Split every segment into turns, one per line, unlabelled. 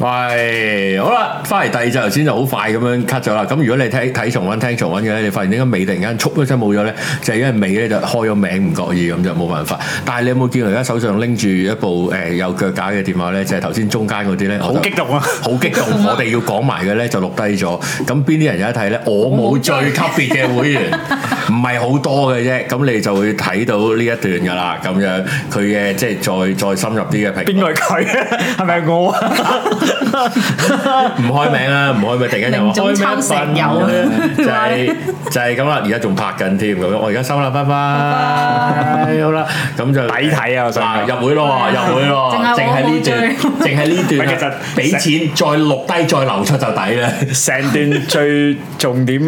喂，好啦，翻嚟第二集頭先就好快咁樣 cut 咗啦。咁如果你睇睇重温、聽重温嘅咧，你發現點解尾突然間速一聲冇咗咧？就係因為尾咧就開咗名唔覺意咁就冇辦法。但係你有冇見到而家手上拎住一部誒有腳架嘅電話咧？就係頭先中間嗰啲咧，我
好
就
激動啊！
好激動，我哋要講埋嘅咧就錄低咗。咁邊啲人有得睇咧？我冇最級別嘅會員，唔係好多嘅啫。咁你就會睇到呢一段噶啦。咁樣佢嘅即係再再深入啲嘅評論。
邊個係佢啊？係咪我啊？
唔開名啦，唔開名，突然間又話開名笨友，就係就係咁啦。而家仲拍緊添咁樣，我而家收啦，拜拜。好啦，咁就
抵睇啊我想
嗱入會咯，入會咯，
淨係
淨係呢段，淨係呢段啊，
唔
俾
係其
錢
實
再錄低再流出就抵啦。
成段最重點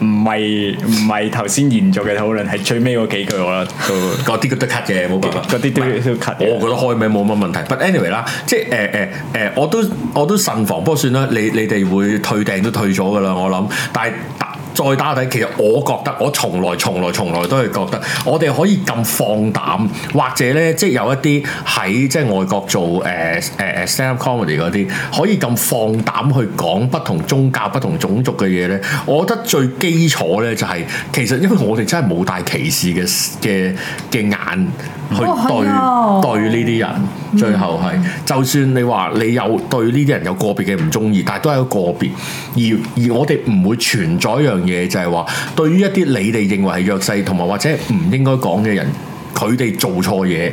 唔係唔係頭先延續嘅討論，係最尾嗰幾句我覺得
嗰啲都 cut 嘅，冇辦法。
都嗰啲都要都要 cut
我
嘅。
覺得開名冇乜問題，but anyway 啦，即係誒誒誒，我都我都慎防，不過算啦，你你哋會退訂都退咗噶啦，我諗。但係打再打底，其實我覺得我從來從來從來都係覺得，我哋可以咁放膽，或者咧即係有一啲喺即係外國做誒誒誒 stand up comedy 嗰啲，可以咁放膽去講不同宗教、不同種族嘅嘢咧。我覺得最基礎咧就係、其實因為我哋真係冇帶歧視嘅嘅嘅眼去對、
哦係啊
對呢啲人，最後係、就算你話你有對呢啲人有個別嘅唔中意，但係都係一個個別，而而我哋唔會存在一樣嘢，就係話對於一啲你哋認為係弱勢同埋或者唔應該講嘅人，佢哋做錯嘢。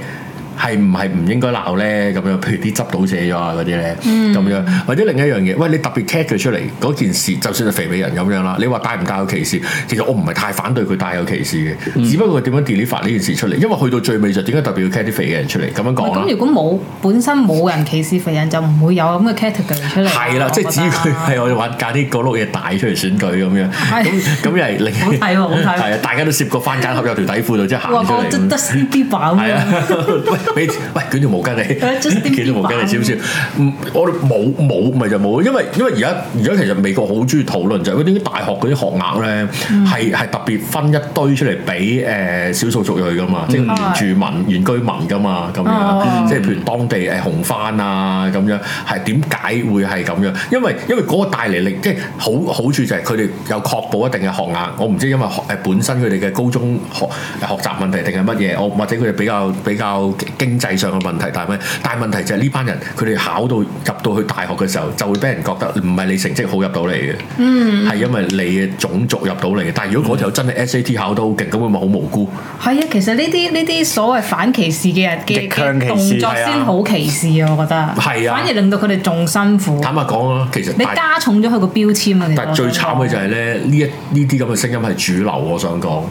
係唔係唔應該鬧咧？咁樣，譬如啲執到寫咗啊嗰啲咧，咁、
嗯
樣，或者另一樣嘢，喂，你特別 cat 佢出嚟嗰件事，就算係肥美人咁樣啦，你話帶唔帶有歧視？其實我唔係太反對佢帶有歧視嘅，
嗯
只不過佢點樣 delete 發呢件事出嚟，因為去到最尾就點解特別要 cat 啲肥嘅人出嚟咁樣講啊啦
咁。如果冇本身冇人歧視肥人，就唔會有咁嘅 category 出嚟。
係啦，
啊我
即係
覺得
只要佢係我哋玩架啲嗰碌嘢帶出嚟選舉咁樣，
係
咁咁又係另
好睇喎好睇
係啊，大家都攝過翻間盒有條底褲度即係行
哇，
出
我
嚟
得
咁樣
得。C B 版
係啊
喎，，
喂，俾喂捲條毛巾你，
誒，Justin Bieber
捲條毛巾你少少。唔，嗯我哋冇冇咪就冇，因為因為而家而家其實美國好中意討論就係嗰啲大學嗰啲學額咧，係係特別分一堆出嚟俾誒少數族裔噶嘛，即係原住民、原居民噶嘛咁樣，
哦
即係譬如當地誒紅番啊咁樣，係點解會係咁樣？因為因為嗰個帶嚟力，即係好好處就係佢哋有確保一定嘅學額。我唔知因為學誒本身佢哋嘅高中學學習問題定係乜嘢，我或者佢哋比較比較經濟上嘅問題，但係咩？但係問題就係呢班人佢哋考到入到去大學嘅時候，就會俾人覺得唔係你成績好入到嚟嘅，嗯，係因為你嘅種族入到嚟嘅。但係如果嗰條友真係 SAT 考得好勁，咁佢咪好無辜？
係啊，其實呢啲呢啲所謂反歧視嘅人嘅
極強
嘅
歧視
動作
係啊
先好歧視啊，我覺得
係啊
反而令到佢哋仲辛苦。
坦白講啊，其實
你
大
加重咗佢個標籤啊！其實
但係
我
最
想
慘
講
嘅就係咧，呢一呢啲咁嘅聲音係主流，我想講。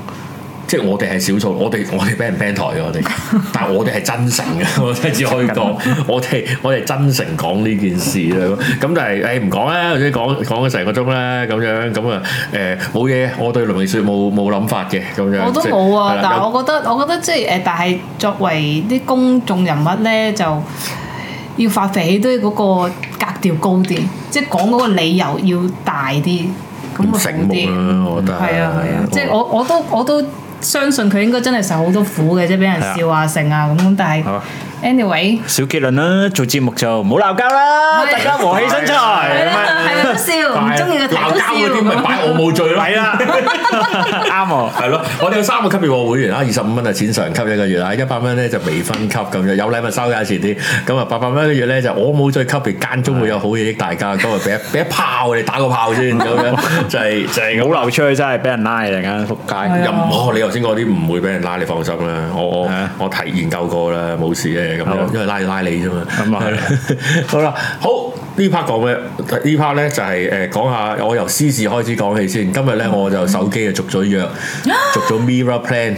即係我哋係少數，我哋我哋俾人 ban 台嘅，我哋， 但係我哋係真誠嘅， 我真係只可以講，我哋我哋真誠講呢件事啦。咁但係誒唔講啦，或者講講咗成個鐘啦，咁樣咁啊誒冇嘢，我對林明雪冇冇諗法嘅咁樣。
我都
即係
冇
係
啊
啦，
但
有
係我覺得我覺得即係誒，但係作為啲公眾人物咧，就要發脾氣都要嗰個格調高啲，即係講嗰個理由要大啲，咁
唔
會好
醒目
啲。
啦，我覺得
係啊係啊，即係我我都我都相信佢應該真係受好多苦嘅，即係俾人笑啊成啊咁，但係
好啊
anyway。
小結論啦，做節目就唔好鬧交啦，
係
大家和氣生
係啦，
財，
係咪都笑？唔中意嘅題
啊鬧
都
交嗰啲咪
笑。
擺我冇罪咯。
係啦，啱喎。
係咯，我哋有三個級別喎會員啦，啊二十五蚊係錢常級一個月啦，一百蚊咧就未分級咁樣，有禮物收嘅遲啲，咁啊八百蚊一個月咧就我冇最級別，間中會有好嘢益大 家，咁啊俾一俾一炮你打個炮先咁樣，就係、就係、
好流出去真係俾人拉，突然間仆街。
任何你頭先講啲唔會俾人拉，你放心啦。我我
啊係啊
我提研究過啦，冇事嘅咁
好
樣，因為拉就拉你啫嘛。
咁 啊
係啦好啦，好呢 part 講咩？呢 part 咧就係誒講下我由私事開始講起先。今日
嗯
咧我就手機就續咗 約，續咗 Mirror Plan，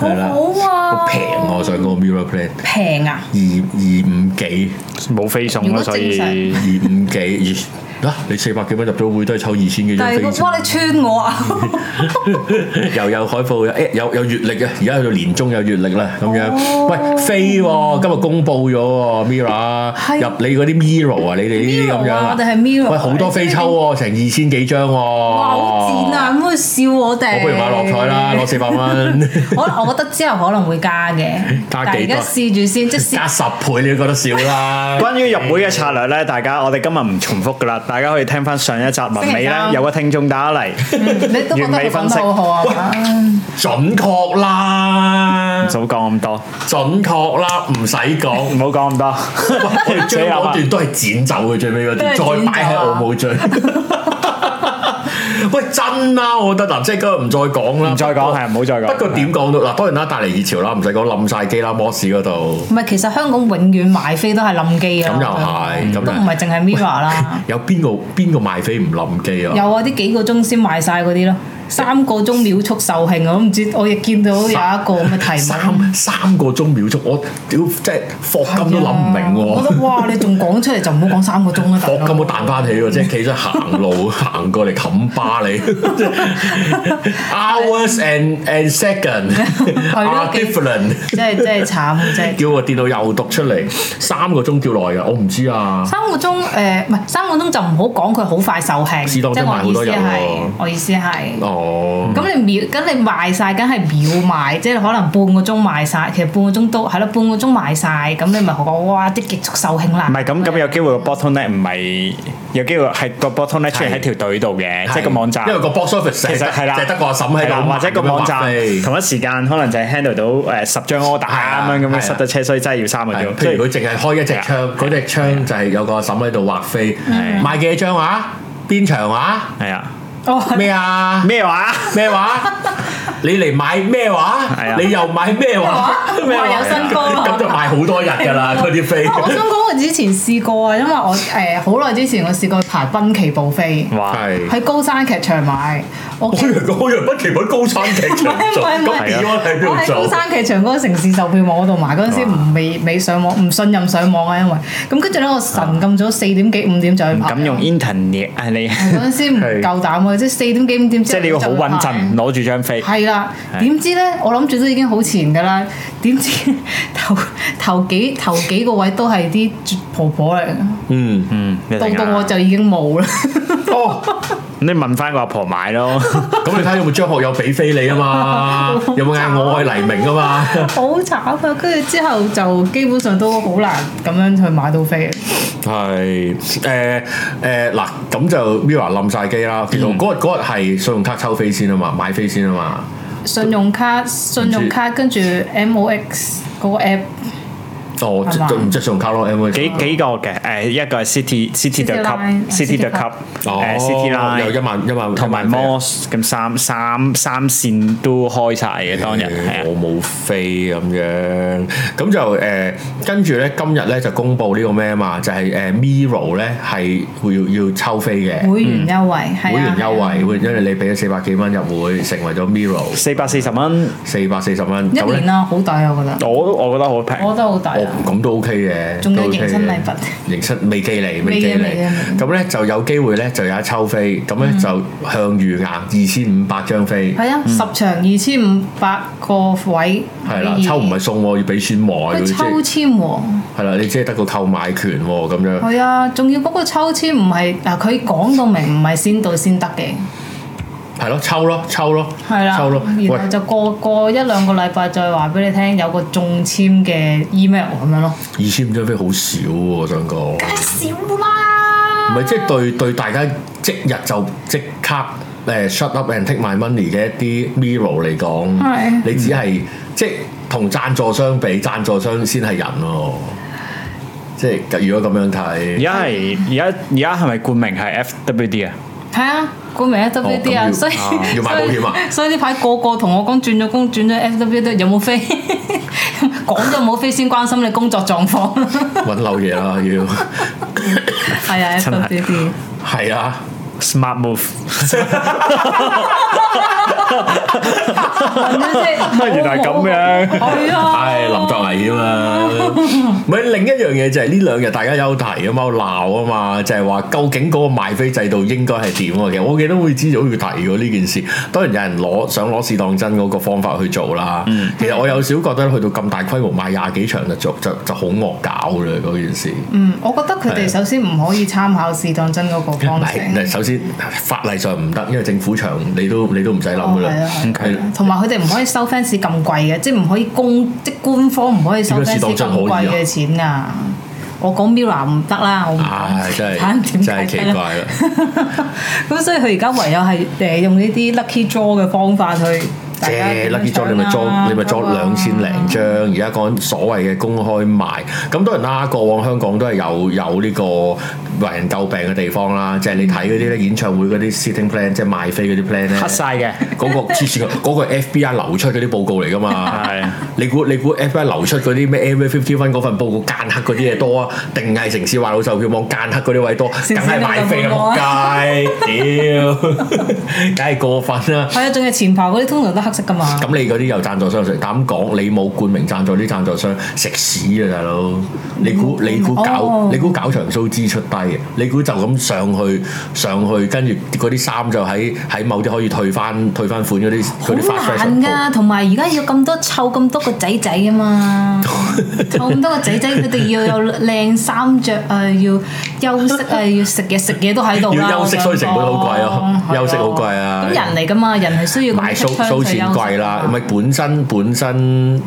係啦，
好
好
啊，
平啊我想講 Mirror Plan
平啊！
二二五幾
冇飛送
如
啦，
果
所
正常
以
二五幾， 嗱、你四百幾蚊入咗會都係抽二千幾張
但
飛啫
係個哇，你穿我啊！
又有海報，有誒有有月曆嘅，而家去到年中有月曆啦，咁樣。
哦
喂，飛喎，今日公佈咗喎，Mira
係
入你嗰啲 Miro 啊，你哋呢啲咁
Miro
樣
啊
啊
我哋係 Miro
喂，好多飛抽喎，成二千幾張喎。
哇，好賤啊！咁佢笑我哋。
我不如買落台啦，攞四百蚊，
可我覺得之後可能會加嘅，
加
但係
幾多
而家試住先， 即係試
加十倍你都覺得少 啦。
關於入會嘅策略咧，大家我哋今日唔重複噶啦，大家可以聽翻上一集文尾
星期
咧
三，
有個聽眾打嚟，唔
嗯你都覺得佢講得好好啊 嘛？
準確啦，
好講咁多，
準確啦，唔使講
唔。好講咁多。
喂我 哋將嗰段都係剪走嘅最尾嗰段，再
都係剪走啊
擺喺澳冇罪。啊 喂，真啦，我覺得嗱，即係今日唔再講啦，
唔再講
不過
係唔啊好再講
不過點講都嗱，當然啦，大嚟熱潮啦，唔使講冧晒機啦，摩士嗰度
唔係，其實香港永遠買飛都係冧機啊！
咁又係，咁
都唔
又
係淨係 Mirror 啦，
有邊個邊個賣飛唔冧機啊？
有啊啲幾個鐘先賣晒嗰啲咯，三個鐘秒速售罄啊！我唔知，我亦見到有一個咁嘅題目。
三三個鐘秒速，我屌即係霍金都諗唔明
我覺
喎。
得哇！你仲講出嚟就唔好講三個鐘啦，大
霍
佬
金都彈翻起喎，即係企咗行路行過嚟冚巴你，hours and and second
係
are
咯幾
different。
真係真係慘，真係。
叫個電腦又讀出嚟，三個鐘叫耐㗎，我唔知啊。
三個鐘誒，唔係三個鐘就唔好講佢好快售罄，
是
即
當真
係
賣
我
好
意
多
思
人
係
喎，
我意思係。
哦，
咁你秒，咁你賣晒，梗係秒賣，即係可能半個鐘賣晒。其實半個鐘都係咯，半個鐘賣晒，咁你咪講哇啲極速售罄啦。
唔係咁咁有機會個 bottleneck 唔係有機會係個 bottleneck 出現喺條隊度嘅，即係個網站
因。為個 box office
其
成日
實係啦，
就係得個阿嬸喺
係啦
度，啊
或者個網站同一時間可能就係 handle 到誒十張 order
啊
咁樣咁
係啊
樣塞咗車，所以真係要三個鐘。
譬如
佢
佢淨係開一隻窗，嗰隻窗就係有個阿嬸喺度畫飛，賣幾多張話？邊場話？
係啊，
哦，
咩啊？
咩話？
咩話？你嚟買咩
係啊
話？你又買咩話？
咩話哇有新歌啊
咁就賣好多日㗎啦，嗰啲飛。
哦我想講我之前試過啊，因為我誒好耐之前我試過排奔奇步飛，
嗯
哇！
係。
喺高山劇場買，我
我以為我以為不期揾高山劇
唔
場
係啊 唔
做，
係唔
咁
係，
Beyond 喺邊
我
度
喺高
做？
山劇場嗰個城市售票網嗰度買，嗰陣時唔未未上網，唔信任上網啊，因為咁跟住咧，我神咁早四點幾五點就去
唔
排。
敢用 internet 啊你，
嗰陣時唔夠膽啊，即係四點幾五點之
即
後
係你要好穩陣攞住張飛。
係啦，點知咧？我諗住都已經好前㗎啦，點知 頭頭幾頭幾個位都係啲婆婆嚟嘅，
嗯，
嗯，一定
到到我
啊
就已經冇啦。
哦，
你問翻個阿婆買咯。
咁你睇有冇張學友俾飛你啊 嘛？有冇嗌我愛黎明啊嘛？
好慘啊！跟住之後就基本上都好難咁樣去買到飛。
係誒誒嗱，咁就 Mira 冧晒機啦。其實我
嗯
嗰日嗰日係信用卡抽飛先啊嘛，買飛先啊嘛。
信用卡、信用卡跟住 MOX 嗰個 app
哦，即
係嘛
唔即係信用卡咯，M
幾幾個嘅誒一個係 City 哦 City
City
the
Line，
Cup，City the
City
Cup，
哦
誒 City
有一
Line
萬一萬
同埋
一萬飛啊
Moss 咁三三三線都開晒嘅當日係啊
我冇飛咁樣，咁就誒、跟住咧，今日咧就公布呢個咩啊嘛，就係、誒 Miro 咧係會要要抽飛嘅，
會員優惠，係啊
嗯會員優惠，會員因為你俾咗四百幾蚊入會，成為咗 Miro
四百四十蚊，
四百四十蚊，
一
咁
年
咧
啦，好抵啊我覺得，
我我覺得好平。
我覺得好抵
我
啊。
咁都 OK 嘅，
仲有
都 OK
迎新禮物
嘅，迎新未寄嚟，
未
寄
嘅
嚟
未嘅，
咁咧就有機會咧就有一抽飛，咁咧就向餘額二千五百張飛，
係啊，十場二千五百個位，
嗯係啦，抽唔係送喎，要俾錢買喎，
佢
即
抽
係
籤喎，
係啦，你只係得個購買權喎咁樣。
係啊，仲要嗰個抽籤唔係嗱，佢講到明唔係先到先得嘅，
係咯，抽咯，抽咯，
係啦，
抽咯。喂
然後，就過過一兩個禮拜再話俾你聽有個中籤嘅 email 咁樣咯，
二千五張飛好少喎，我想講。
梗係少啦，
唔係即係對對大家即日就即刻誒 shut up and take my money 嘅一啲 mirror 嚟講
係，
你只係即係同贊助商比，贊助商先係人咯。即係如果咁樣
而
睇，
家係而家而家係咪冠名係 FWD 啊？
係啊，冠名 FWD
哦咁要
啊，所以
啊要買保險啊
所以所以呢排個個同我講轉咗工，轉咗 FWD 有冇飛？ 講咗冇飛先關心你工作 狀況，
揾漏嘢啦要。
係啊
真係
，FWD
係啊，
Smart move， 原來咁樣
係啊，
唉，林作危險啊！咪另一樣嘢就係呢兩日大家有提啊嘛，有鬧啊嘛，就係話究竟嗰個賣飛制度應該係點啊？其實我記得會知早要提過呢件事。當然有人攞想攞試當真嗰個方法去做啦。
嗯
其實我有少覺得去到咁大規模賣廿幾場就做就就好惡搞啦嗰件事。
嗯，我覺得佢哋首先唔可以參考試當真嗰個
唔
方
係，
式，
首先法例上唔得，因為政府場你都你都唔使諗噶啦
哦係啊。
係
同埋佢哋唔可以收 fans 咁貴嘅，即係唔可以公即係官方唔可以收
點解
fans
試當
咁
真可以啊
貴嘅錢啊！我講 Mira 唔得啦，我唔
唉，真
睇
係真
下
係
點解
奇
得
怪啦。
咁所以佢而家唯有係誒用呢啲 lucky draw 嘅方法去大家
啫
點樣啊
，lucky
搶啊
draw 你咪 draw
啦
你咪 draw 兩千零張，而家講所謂嘅公開賣，咁當然啦，過往香港都係有有呢個為人詬病嘅地方啦，即係你睇嗰啲咧演唱會嗰啲 sitting plan，即係賣飛嗰啲 plan 咧
黑，晒嘅，
嗰個黐線嘅，嗰個 FBI 流出嗰啲報告嚟㗎嘛。
係
你估你估 FBI 流出嗰啲咩 Area Fifty One 嗰份報告間黑嗰啲嘢多啊，定係城市話老售票網間黑嗰啲位多？梗係賣飛
啊
啦，仆街！屌， 梗係過分啦！
係啊，仲有前排嗰啲通常都黑色噶嘛。
咁你嗰啲有贊助商食，但咁講你冇冠名贊助啲贊助商食屎啊，大佬！你估你估搞、
哦
你估搞場 show 支出低嘅，你估就咁上去上去，跟住嗰啲衫就喺喺某啲可以退翻退翻款嗰啲嗰啲 fast
好
fashion 鋪
難㗎，同埋而家要咁多湊咁多個仔仔 啊嘛，湊咁多個仔仔，佢哋要有靚衫着啊，要休息啊，要食嘢食嘢都喺度啦。
要休息所以成本好貴啊
我想講
休息好貴啊
咁人嚟㗎嘛，人係需要咁
買 show
出窗
show
去
錢
休息啊
貴啦，
㗎
咪本身本身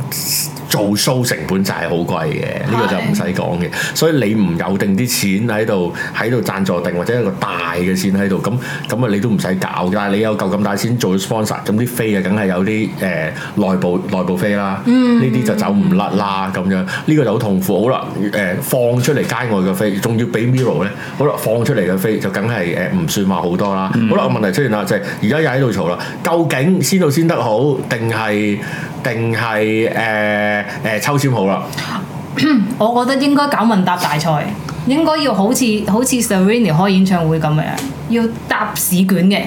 做 show 成本就係好貴嘅，呢、個就唔使講嘅。所以你唔有定啲錢喺度喺度贊助定或者一個大嘅錢喺度，咁咁啊你都唔使搞㗎。但係你有嚿咁大錢做 sponsor，咁啲飛啊梗係有啲誒、呃、內部內部飛啦，呢啲、就走唔甩啦咁樣。呢、個就好痛苦。好啦，誒、放出嚟街外嘅飛，仲要俾 Miro 咧，好啦放出嚟嘅飛就梗係誒唔算話好多啦。好啦，個問題出現啦，就係而家又喺度嘈啦，究竟先到先得好，定係定係誒誒抽籤好啦？
我覺得應該搞問答大賽，應該要好似好似 Serrini 開演唱會咁樣，要答試卷嘅。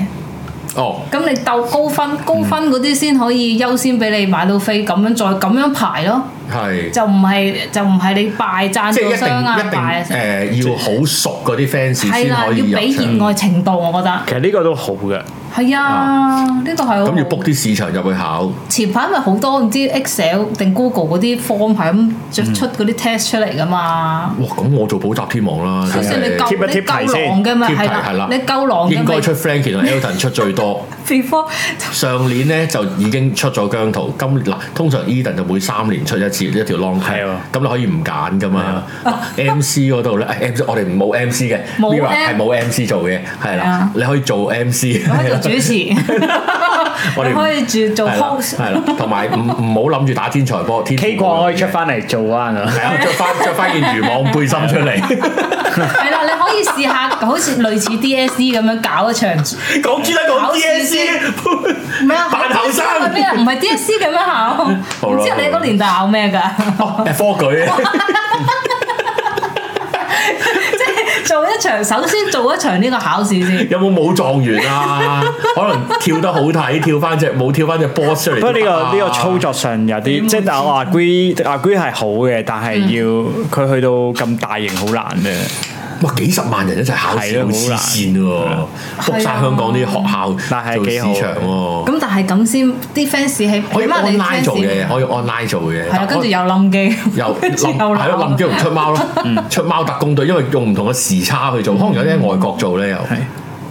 哦，
咁你鬥高分，高分嗰啲先可以優先俾你買到飛，咁樣再咁樣排咯，
係。
就唔係就唔係你敗贊
即係
助
一定
商啊，
一定
敗
誒、要好熟嗰啲 fans
係
先
啦，
可
要
以
俾
入場，
熱愛程度，我覺得
其實呢個都好嘅，
係啊，呢個係好
咁要 book 啲市場入去考。
前排咪好多唔知 Excel 定 Google 嗰啲 form 係咁著
嗯
出嗰啲 test 出嚟噶嘛。
哇！咁我做補習天王啦，
就
真
算你
係啊
夠
keep 一
你
keep 題
夠
先
狼嘅咪
keep 題
係
係啦
啦，你夠狼嘅
應該
咪
出 Frankie 同 Elton 出最多。
before
上年咧就已經出咗姜濤，今嗱通常 Eden 就每三年出一次一條 long cut，
係喎啊
咁你可以唔揀噶嘛。MC 嗰度咧哎，MC 我哋冇 MC 嘅
冇
，Mira
M
係冇 MC 做嘅，係
係
啦
啊，
你可以做 MC，
你可以做
係
主持，
我哋唔
你可以做做
啦
host。
係啦，同埋唔唔好諗住打天才波，天
K 國可以出翻嚟做彎啊！
係啊，着翻 著翻件漁網背心出嚟，
係啦，你可以試下好似類似 DSE 咁樣搞一場，唔
講專登講 E
考試
DSC，
係啊
扮後生
唔係咩啊？唔係 DSE 咁樣考，
好
唔
啦
知你嗰年代考咩㗎？
哦誒 科舉。
即係做一場，首先做一場呢個考試先。
有冇武狀元啊？可能跳得好睇，跳翻隻冇跳翻隻波出嚟。啊
不過呢個呢個操作上有啲，即係但係我 agree agree 係好嘅，但係要佢去到咁大型好難嘅。
哇幾十萬人一齊考試，
係啊
好黐線喎，book 晒
係啊
香港啲學校
但係
做市
幾好
場喎，
咁但係咁先，啲 fans 起
可以
起碼你
online
fans
做嘅，可以 online 做嘅。
係
但
啦，跟住
我
又冧機，
又
跟住
冧係咯，冧
鬧嗯
機同出 貓咯，出貓特工隊，因為用唔同嘅時差去做，可能有啲喺外國做咧又。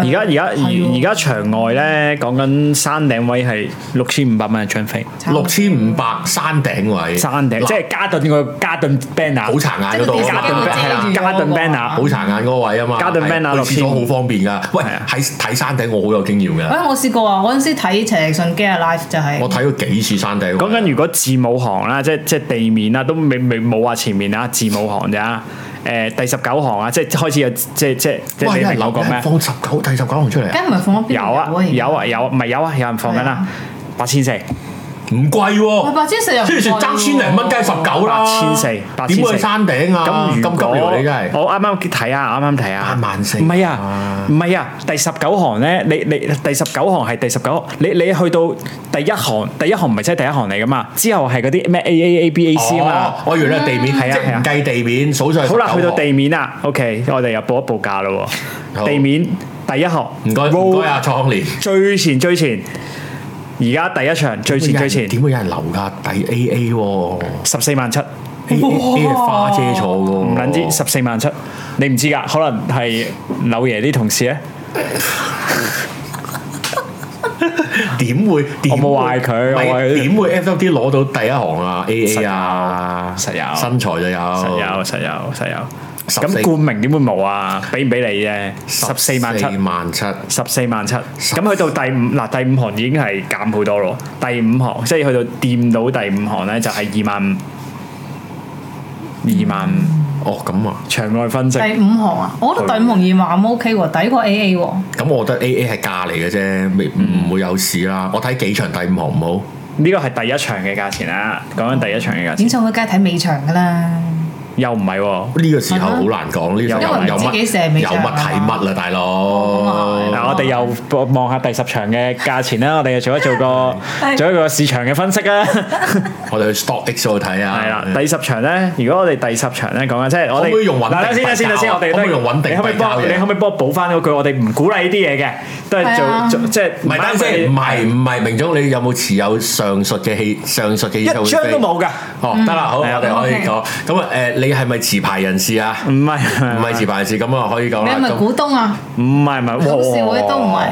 而家而家而
係喎
而家場外咧講緊山頂位係六千五百蚊一張飛，
慘
六千五百山頂位，
山頂
嗱
即係加頓個加頓 banner，
好殘眼嗰度
即係
啊
加
嘛
頓
嗰啲加
banner 係啦，
遮住
加
咗
頓
嗰個
banner
好殘眼嗰位啊嘛，
加頓 van 啊
係去廁所
6000
好方便噶。喂
係啊，
睇睇山頂我好有經驗嘅。
哎，我試過啊！我嗰陣時睇陳奕迅 Get Alive 就係、
我睇過幾次山頂。
講緊如果字母行啦，即係即係地面啦，都未未冇話前面啊，字母行咋？誒、第十九行啊，即係開始有即即即
哇！
你
有人
明
留
我講咩？
放十九第十九行出嚟啊，
梗唔係放咗邊
有啊
度
有啊有啊，唔係有啊，有人放緊
係啊
啦，八千四，
唔貴
喂
喎。
白千四又唔
雖
貴
然
喎
爭千零蚊，梗係十九啦，
8400
點會去山頂啊？
咁如
咁急
果
尿你真係。
我啱啱睇啊，啱啱睇啊，
八萬四
唔係啊，唔係啊，第十九行咧，你你第十九行係第十九，你你去到第一行，第一行唔係真係第一行嚟噶嘛，之後係嗰啲咩 A A A B A C 啊嘛。
哦我原來係地面，
係啊
即係唔計地面，數上去
好啦，
19
去到
行
地面啦，OK，我哋又報一報價咯
好
喎。地面第一行，
唔該唔
roll
該啊，蔡康年。
最前最前，而家第一場最前最前
點會有人留㗎？抵 A A 喎
十四萬七，
，A A 係花姐坐㗎喎，
唔撚知十四萬七，你唔知㗎，可能係柳爺啲同事咧，
點會？點
我冇
會
壞佢
唔係
我話佢
點會 F W D 攞到第一行啊？A A 啊，
實有
身材就有，
實有實有實有。
14
咁冠名點會冇啊？俾唔俾你啫？十四萬七，
萬七，
十四萬七。咁去到第五嗱，第五行已經係減好多咯。第五行即係去到掂到第五行咧，就係二萬五，二萬五。
哦咁啊，
場內分析
第五行啊，我覺得第五行二萬五 OK 喎，抵過 AA 喎。
咁我覺得 A A 係價嚟嘅啫，未
嗯
唔會有事啦。我睇幾場第五行唔好，
呢個係第一場嘅價錢啦。講緊第一場嘅價
演
錢，
唱會梗係睇尾場㗎啦，
又唔係喎。
呢個時候好難講，呢個時候
因為唔
有
知幾時係
乜
尾
有
場
啊
乜睇乜啦，大佬
哦咁。
嗱，我哋又望下第十場嘅價錢啦，我哋又做一做 個
係
做一個市場嘅分析啦。
我哋去 Stock X 度睇啊。
係啦，第十場咧，如果我哋第十場咧講緊，即係我哋
可唔可以用穩定
嗱，等先等先
幣
等先，
交啊
我哋都
可唔可以用穩定
你可唔可以
幣交
幫
嘅
你可唔可以幫我補翻嗰句？我哋唔鼓勵呢啲嘢嘅，都係
係啊
做做即係
唔係
啱
單
佢
先，
哋
唔係唔係，明總你有冇持有上述嘅戲上述嘅演唱會
一張
飛
都冇㗎。
哦，得啦，好，我
係啊
哋可以
OK
講。咁啊，誒，你係咪持牌人士啊？
唔係
唔
唔
係持牌人士，咁啊可以講
你
啦。
係咪
咁
股東啊？
唔係唔係，
董事會都唔係。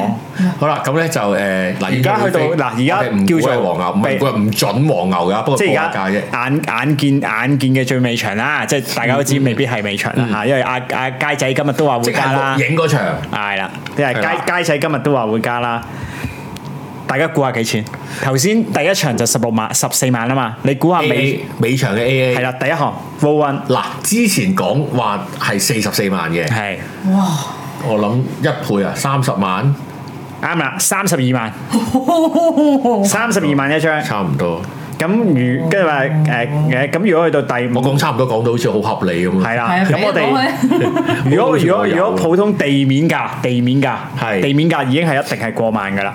好啦，咁咧就誒嗱，
而家去到嗱而家
我哋唔鼓勵
叫做
黃牛，唔係
被
佢話唔準黃牛㗎，不過
即係
報
而
下價啫。
家眼眼見眼見嘅最尾場啦，即係大家都
嗯
知未必係尾場啦嚇，因為阿阿佳仔今日都話會
即
加啦啊
係，影嗰場
係啦，即係
係啦
佳佳仔今日都話會加啦。大家估下幾錢？頭先第一場就十六萬、十四萬啊嘛，你估下
A
尾
A 尾場嘅 A
係
A。
啦，第一行 v o n
嗱，之前講話係四十四萬嘅，
係
哇！
我諗一倍啊，三十萬
啱啦，三十二萬，三十二萬一張。
差唔多。
咁如跟住話誒誒，咁如果去到第
我
五，
講差唔多講到好似好合理咁啊。
係啦
係啊，，
咁我
俾你
哋。
講佢
如果
好似
如果
我有
如果普通地面價，地面價
係
地面價已經係一定係過萬㗎啦。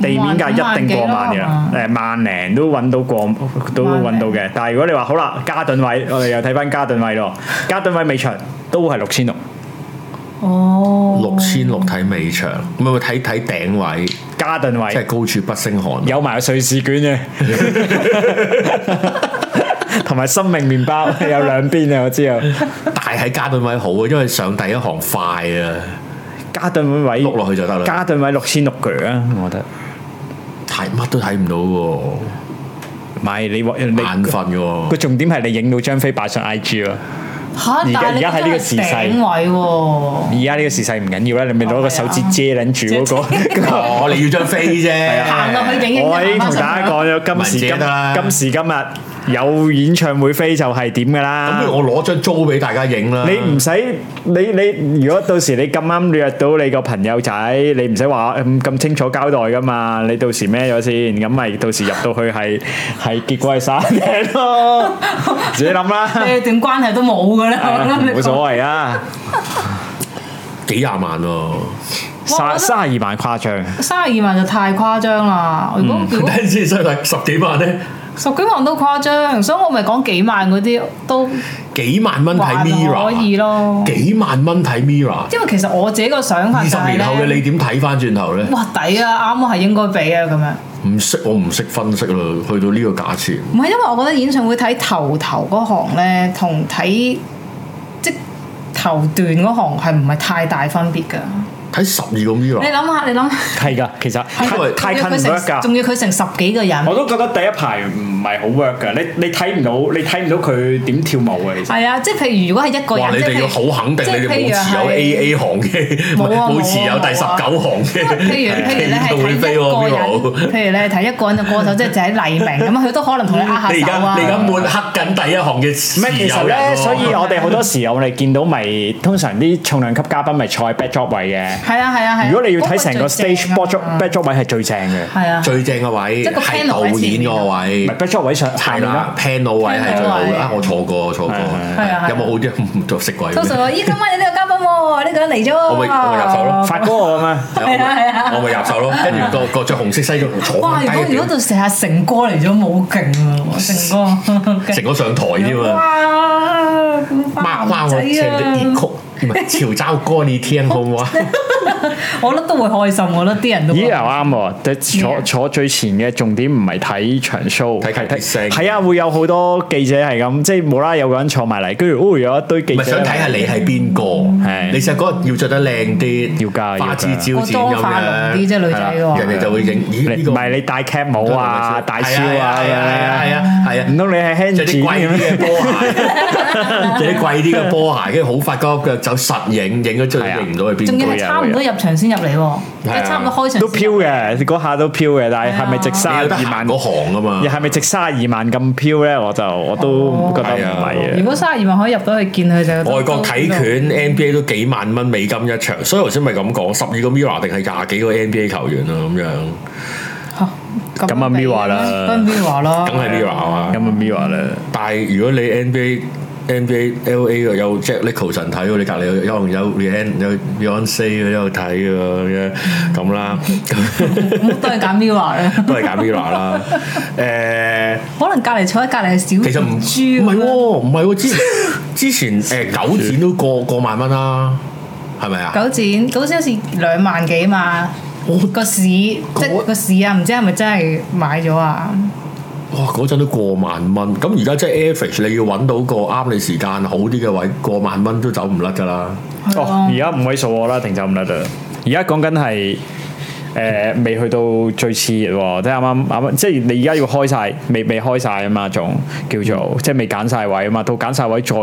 地面價一定過嗯萬㗎啦，誒萬零都揾到過，都
萬零
揾到嘅。但係如果你話好啦，加頓位，我哋又睇翻加頓位咯。加頓位尾場都係六千六，
哦，
六千六睇尾場，唔係唔係睇睇頂位，即
加頓
係
位
高處不勝寒。
有埋瑞士卷嘅， 同埋生命麵包有兩邊啊！我知道
但係喺加頓位好啊，因為上第一行快啊，
加頓位
碌落去就得啦。
加頓位六千六嘅啊，我覺得。
睇乜都睇唔到喎，
唔係你你
眼瞓嘅喎
個。重點係你影到張飛擺上 IG 啊！
嚇！
而家
但係
而
你
家喺呢個時勢
真係頂位喎。
而家呢個時勢唔緊要啦，你咪攞個手指遮撚住嗰個。
哦，你要張飛啫，
行落去影影
我已
行
經
翻
同
上
大家講咗，今時
咪遮得啦
今今時今日有演唱會飛就係點
咁
㗎
不
啦
如。我攞張租俾大家影啦。
你唔使你你，如果到時你咁啱約到你個朋友仔，你唔使話咁咁清楚交代㗎嘛。你到時咩咗先？咁咪到時入到去係係結果係山 頂咯，自己諗啦，
你段關係都冇㗎 啦，我覺得你
冇所謂啦。
幾廿萬喎？
三三廿二萬誇張。
三十二萬就太誇張啦！如果
嗯
如 果
等陣先，相睇十幾萬咧，
十幾萬都誇張，所以我咪講幾萬嗰啲都
幾萬蚊睇
還
啊
可以
Mira，
咯。
幾萬蚊睇 Mira，
因為其實我自己個想法
二
就
十
係
年後嘅
咧，
你點睇翻轉頭咧？
哇抵啊！啱啱係應該俾啊咁樣。
唔識我唔識分析啦，去到呢個價錢。
唔係因為我覺得演唱會睇頭頭嗰行咧，同睇即頭段嗰行係唔係太大分別㗎？
睇十二個 Mirror，
你諗下，你諗下
係噶，其實
因為
太近
仲
唔
要佢
work
成
噶。
仲要佢成十幾個人
哦
我。都覺得第一排唔係好 work 噶，你你睇唔到，你睇唔到佢點跳舞嘅。其實
係啊，即係譬如如果係一個人，
哇！你
即
哋
係
要好肯定，
譬
你
如
哋冇持有 A。A 行嘅，
冇啊
冇
冇啊
持有第十九行
即
嘅
係 譬如譬如你係
演唱會
睇
飛
一
喎，
個
邊
人，
度？
譬如你係睇一個人嘅歌手，即係就喺黎明咁啊，佢都可能同你握下
你而
手
家
啊
你。而家抹黑緊第一行嘅
唔
持
係，其實
有人
咧，
喎
所以我哋好多時我哋見到咪通常啲重量級嘉賓咪坐喺 backdrop 位嘅，
係啊係啊係啊。
如果你要睇成個
嗰最
stage
正
backdrop
啊
backdrop 位係最正嘅，
係啊，
最正嘅位
即係個
係
panel
導
位前
演
面
個
唔
位
係。backdrop 位上下
係
面啦
啦。，panel 位係最好
panel 位
嘅。啊，我錯過，錯過。
係係係
係啊係啊
有冇好啲？就識鬼。
通常話咦，今晚你呢個嘉賓喎，呢個人嚟咗喎，
我咪我咪入手咯
發哥咁啊，
係啊係啊
我咪入手咯，跟住個個着紅色西裝坐
哇！
翻
如果
低
如果
屌，
到成日成哥嚟咗，冇勁啊！ 成哥，
成個上台添啊！
哇！
媽
花
媽，我
仔
唱啲
啊！
粵曲，唔係潮州歌，你聽好唔好啊？
我覺得都會開心，我覺得啲人都
咦
會
又啱喎！即係坐坐最前嘅重點唔係睇場 show，
睇佢啲聲
係啊，會有好多記者係咁，即係無啦啦有個人坐埋嚟，跟住哦有一堆記
唔
者
係想睇下你係邊個
係？
你實嗰日要着得靚啲，
要㗎
花枝
要㗎
招展
我
咁
妝化濃
樣，
啲即係女仔嘅話
人哋就會影咦呢
你
個
唔係你戴 cap 帽啊、戴超
係
啊咁
係啊
樣
係啊係啊
唔。通你係 hand
着啲貴啲
咁
嘅波 鞋，着啲貴啲嘅波鞋，跟住好發嗰個腳走實影，影咗出
啊
嚟影唔到去邊
仲要
個
係
人。
差唔多入場先入嚟喎，即
係啊
係差唔多開場
都飄嘅，嗰下都飄嘅，但係係咪值
你
三
有
十
得
二
行
萬
嗰？行啊嘛
又？係咪值三十二萬咁飄咧？我就我都覺得唔係
如
啊。
果三十二萬可以入到去見佢就
外國睇
嗯
拳 NBA 都幾萬蚊美金一場，所以頭先咪咁講，十二個 Mirror 定係廿幾個 NBA 球員啊咁樣，
嚇
咁啊 Mirror 啦
咁 Mirror 啦
梗，係 Mirror 啊
咁！啊 Mirror 啦，
但係如果你 NBA NBA LA 有 Jack Nicholson 睇喎，你隔離有有有 Rian 有 Beyonce 喺度睇喎咁樣咁啦，
咁都係揀 Mirror 啦。
都係揀 Mirror 啦。誒，
可能隔離坐喺隔離係小
其實唔
豬
唔係喎，唔係喎，之前之前誒九展都過過萬蚊啦，係咪啊？
九展九展好似兩萬幾嘛。個市即係個市啊，唔知係咪真係買咗啊？
哇！嗰陣都過萬蚊，咁而家即係 average，你要揾到個啱你時間好啲嘅位，過萬蚊都走唔甩㗎啦。
係咯
哦，而家五位數我啦，定就唔得啦。而家講緊係誒未去到最熾熱喎，即係啱啱啱啱，即係你而家要開晒，未未開晒啊嘛，仲叫做即係未揀晒位啊嘛，到揀晒位再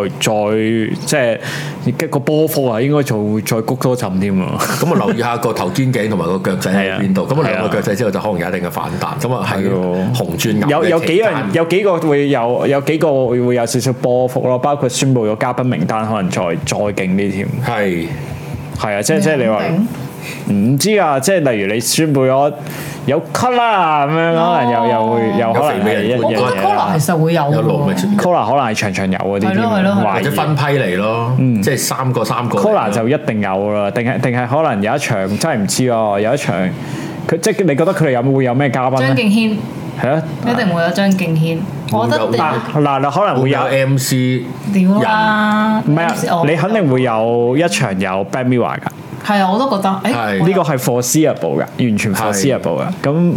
再即係個波幅啊，應該就再谷多陣添啊。
咁啊，留意下個頭肩頸同埋個腳仔喺邊度。
係啊
咁啊，兩個腳仔之後就可能有一定嘅反彈。咁啊，係
係喎
紅鑽牛
有
嘅
有
期
幾
間
樣有幾個會有有幾個會會有少少波幅咯，包括宣布咗嘉賓名單，可能再再勁啲添。
係
係啊，即係即係你話唔知啊，即係例如你宣布咗有 color 咁樣，可
哦
能又又會有可能係一
有肥
我
美人
樣
覺得
嘢
Cola
啦
其實會有
有路咪
嘅喎。
color 可能係場場有嗰啲添
係咯係咯係咯
或
懷疑
者分批嚟咯，即係三個三個嚟咯。
color 嗯就一定有啦，定係定係可能有一場真係唔知啊，有一場佢即係你覺得佢哋有冇會有咩嘉賓咧？
張敬軒
係啊。
一定會有張敬軒，我覺得
會有
嗱
屌
嗱嗱，可能會
會
有
有 MC 人
啦，
唔係啊，
哦
你肯定會有一場有 Bad Mirror 㗎。
係啊，我都覺得
係
誒
呢個係 foreseeable 嘅，完全 foreseeable 嘅。咁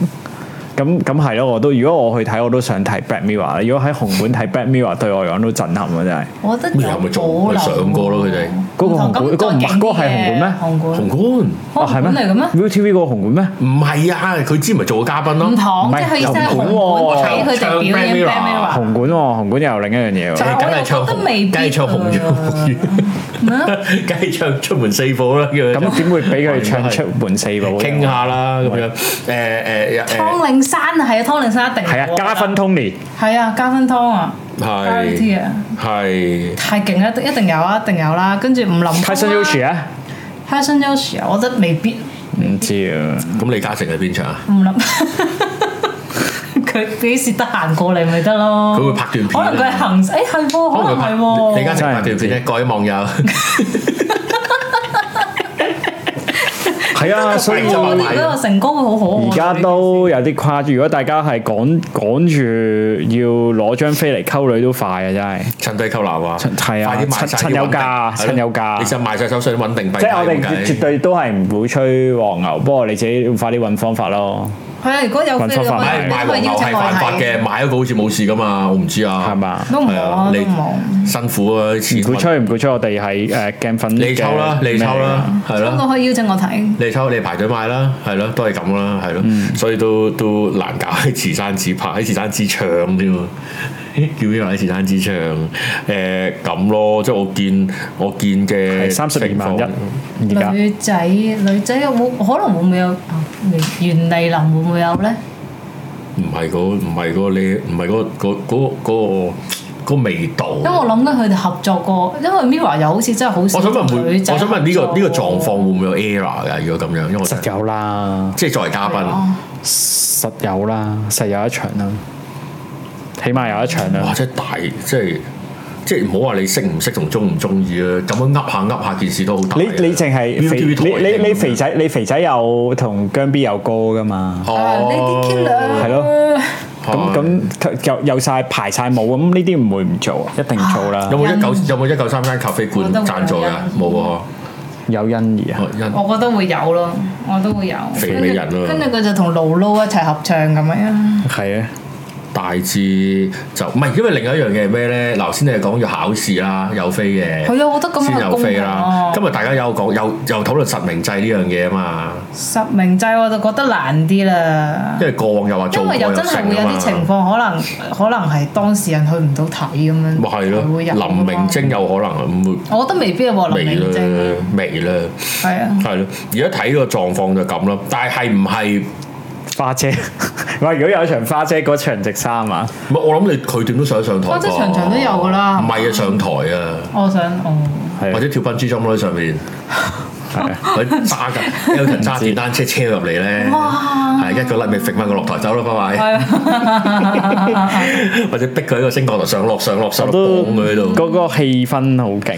咁咁係咯，我都如果我去睇，我都想睇 Black Mirror。如果喺紅館睇 Black Mirror，對我嚟講都震撼啊！真係。
我覺得
咪有咪做咪上過咯佢哋
嗰個紅館嗰個唔係嗰個係紅館咩
紅
紅
館
館
哦，係咩
嚟嘅咩？
？ViuTV 嗰個紅館咩？
唔係啊，佢之前咪做過嘉賓咯
唔。
唔
同，即
係
係佢意思係
紅館
紅
喎
館睇佢哋表演 b a
唱 Black Mirror
紅館喎，紅館又另一樣嘢
就
喎。
係梗係唱
我覺得未必
梗係唱紅 咗，
啊
梗係唱出門四步啦。咁
咁點會俾佢唱出門四步？
傾下啦咁樣。誒誒誒
湯令山啊，係啊，湯令山一定
係啊，加分 Tony
係啊，加分湯啊，加分 T
係
啊，
係
太勁啦，一定有啊，一定有啦，跟住吳林
Tyson Yoshi 啊，
Tyson Yoshi 啊我覺得未必
唔知啊。
咁李嘉誠係邊場啊？
唔諗， 佢幾時得閒過嚟咪得咯？
佢會拍段片
可能佢係行，誒係喎，可
佢
能係
拍李嘉
喎。啊
誠拍段片咧，各位網友，
係啊，所以
家
我覺得成哥會好好啊。
而家哦都有啲誇張。如果大家係趕趕住要攞張飛嚟溝女都快啊，真係。
趁低溝男啊！
係啊
快啲賣晒
趁趁有價趁有價
你就賣晒手信穩定幣，
即係啊我哋
冇計
絕對都係唔會吹黃牛，不過你自己快啲揾方法咯，
係啊，如果有飛
運
嘅
貨
話，
法
買買
因
黃
為
牛
邀
係
請我
犯法
睇，
嘅，買一個好似冇事噶嘛，我唔知啊，
係？嘛？
都唔
係
好
啊
啊，，都
你
唔好。
辛苦啊，
唔
次
鼓吹唔鼓吹，我哋係誒鏡粉
你
嘅
抽啦，你抽啦，係
香
咯。
港可以邀請我睇，
你抽你排隊買啦，係咯，都係咁啦，係咯，
嗯
所以都都難搞喺慈山寺拍，喺慈山寺唱添 喎，叫咩啊話喺慈山寺唱？誒、咁咯，即係我見我見嘅
咩嚟㗎？三十二
情況
萬一而家
女仔女仔有冇可能會唔會有啊？袁麗琳會唔會有咧？
唔係嗰唔係嗰你唔係嗰嗰嗰嗰個個味道。
因為我諗緊佢哋合作過，因為 Mirror 又好似真係好少
我想問會，
女仔
我想問呢、個
合
呢、
作
個狀況會唔會有 error 㗎？如果咁樣，因為我真
實
係
有啦，
即係作為嘉賓，
哦
實有啦，實有一場啦，起碼有一場
哇！
啦。
真係大，即係即係唔好話你識唔識同中唔中意啦，咁樣噏下噏下件事都好大啊
你
嘅。
你淨係肥
ViuTV 台
你你
嚟
你
㗎
肥仔你肥仔有同姜 B 有歌噶嘛？
哦
啊呢啲 killer
係咯咁咁又又晒排晒舞咁呢啲唔會唔做啊，一定做啦
有。冇一九有冇一九三間咖啡館
我都冇
贊助㗎？冇喎，
有欣宜啊
哦，因
我覺得會有咯，我都會有。
肥美人啊咯
跟住佢就同露露一齊合唱咁樣。
係啊，
大致就唔係，因為另一樣嘢係咩咧？嗱，頭先你係講要考試啦，有飛嘅，
係啊我覺得咁樣
先有飛啦。
係公平啊
今日大家有講有又討論實名制呢樣嘢啊嘛，
實名制我就覺得難啲啦
因，為過往又話做
因
過
為
又
又真係
成
會有
啊
啲情
嘛。
況，可能可能係當事人去唔到睇咁樣，
咪係
就
咯，
會有啊㗎嘛
林明，晶有可能唔
我覺得未必有喎
會
林
微
明啊晶，
啦，微啦，
係啊。
係咯。而家睇個狀況就咁啦，但係係唔係？
花姐， 喂，如果有一場花姐嗰場值三啊，
唔係我諗你佢點都想上台
哦
啩，
即係場場都有㗎啦
唔係啊，上台啊，
我想哦，
係
或者跳笨豬跳咯喺上面。
係啊
佢揸架 Elton 揸電單車車入嚟咧，係一個甩尾揈翻佢落台走啦，拜拜。
啊
或者逼佢喺個升降台上落上落上落
都
綁佢喺度。
嗰個氣氛好勁，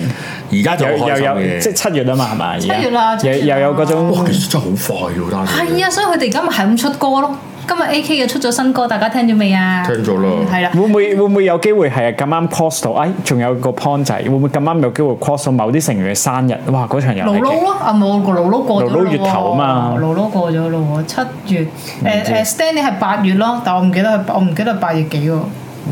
而家就
有
好開
又
心
有即
嘅，
係七月啊嘛，係咪？
七月啦
又
七月啦
又有嗰
哇！
種
其實真係好快喎單嘢。
係啊，所以佢哋而家咪係咁出歌咯。今日 A K 嘅出咗新歌，大家聽咗未啊？
聽咗啦
係啦，
會唔會會唔會有機會係咁啱 cross 到？哎，仲有個 point 仔，會唔會咁啱有機會 cross 到某啲成員嘅生日？哇！嗰場又
露
係
露
勁
咯，啊冇個露露過咗
露露月頭啊嘛
露露過咗咯喎，七月誒誒 Stanley 係八月咯，但我唔記得係我唔記得係八月幾喎。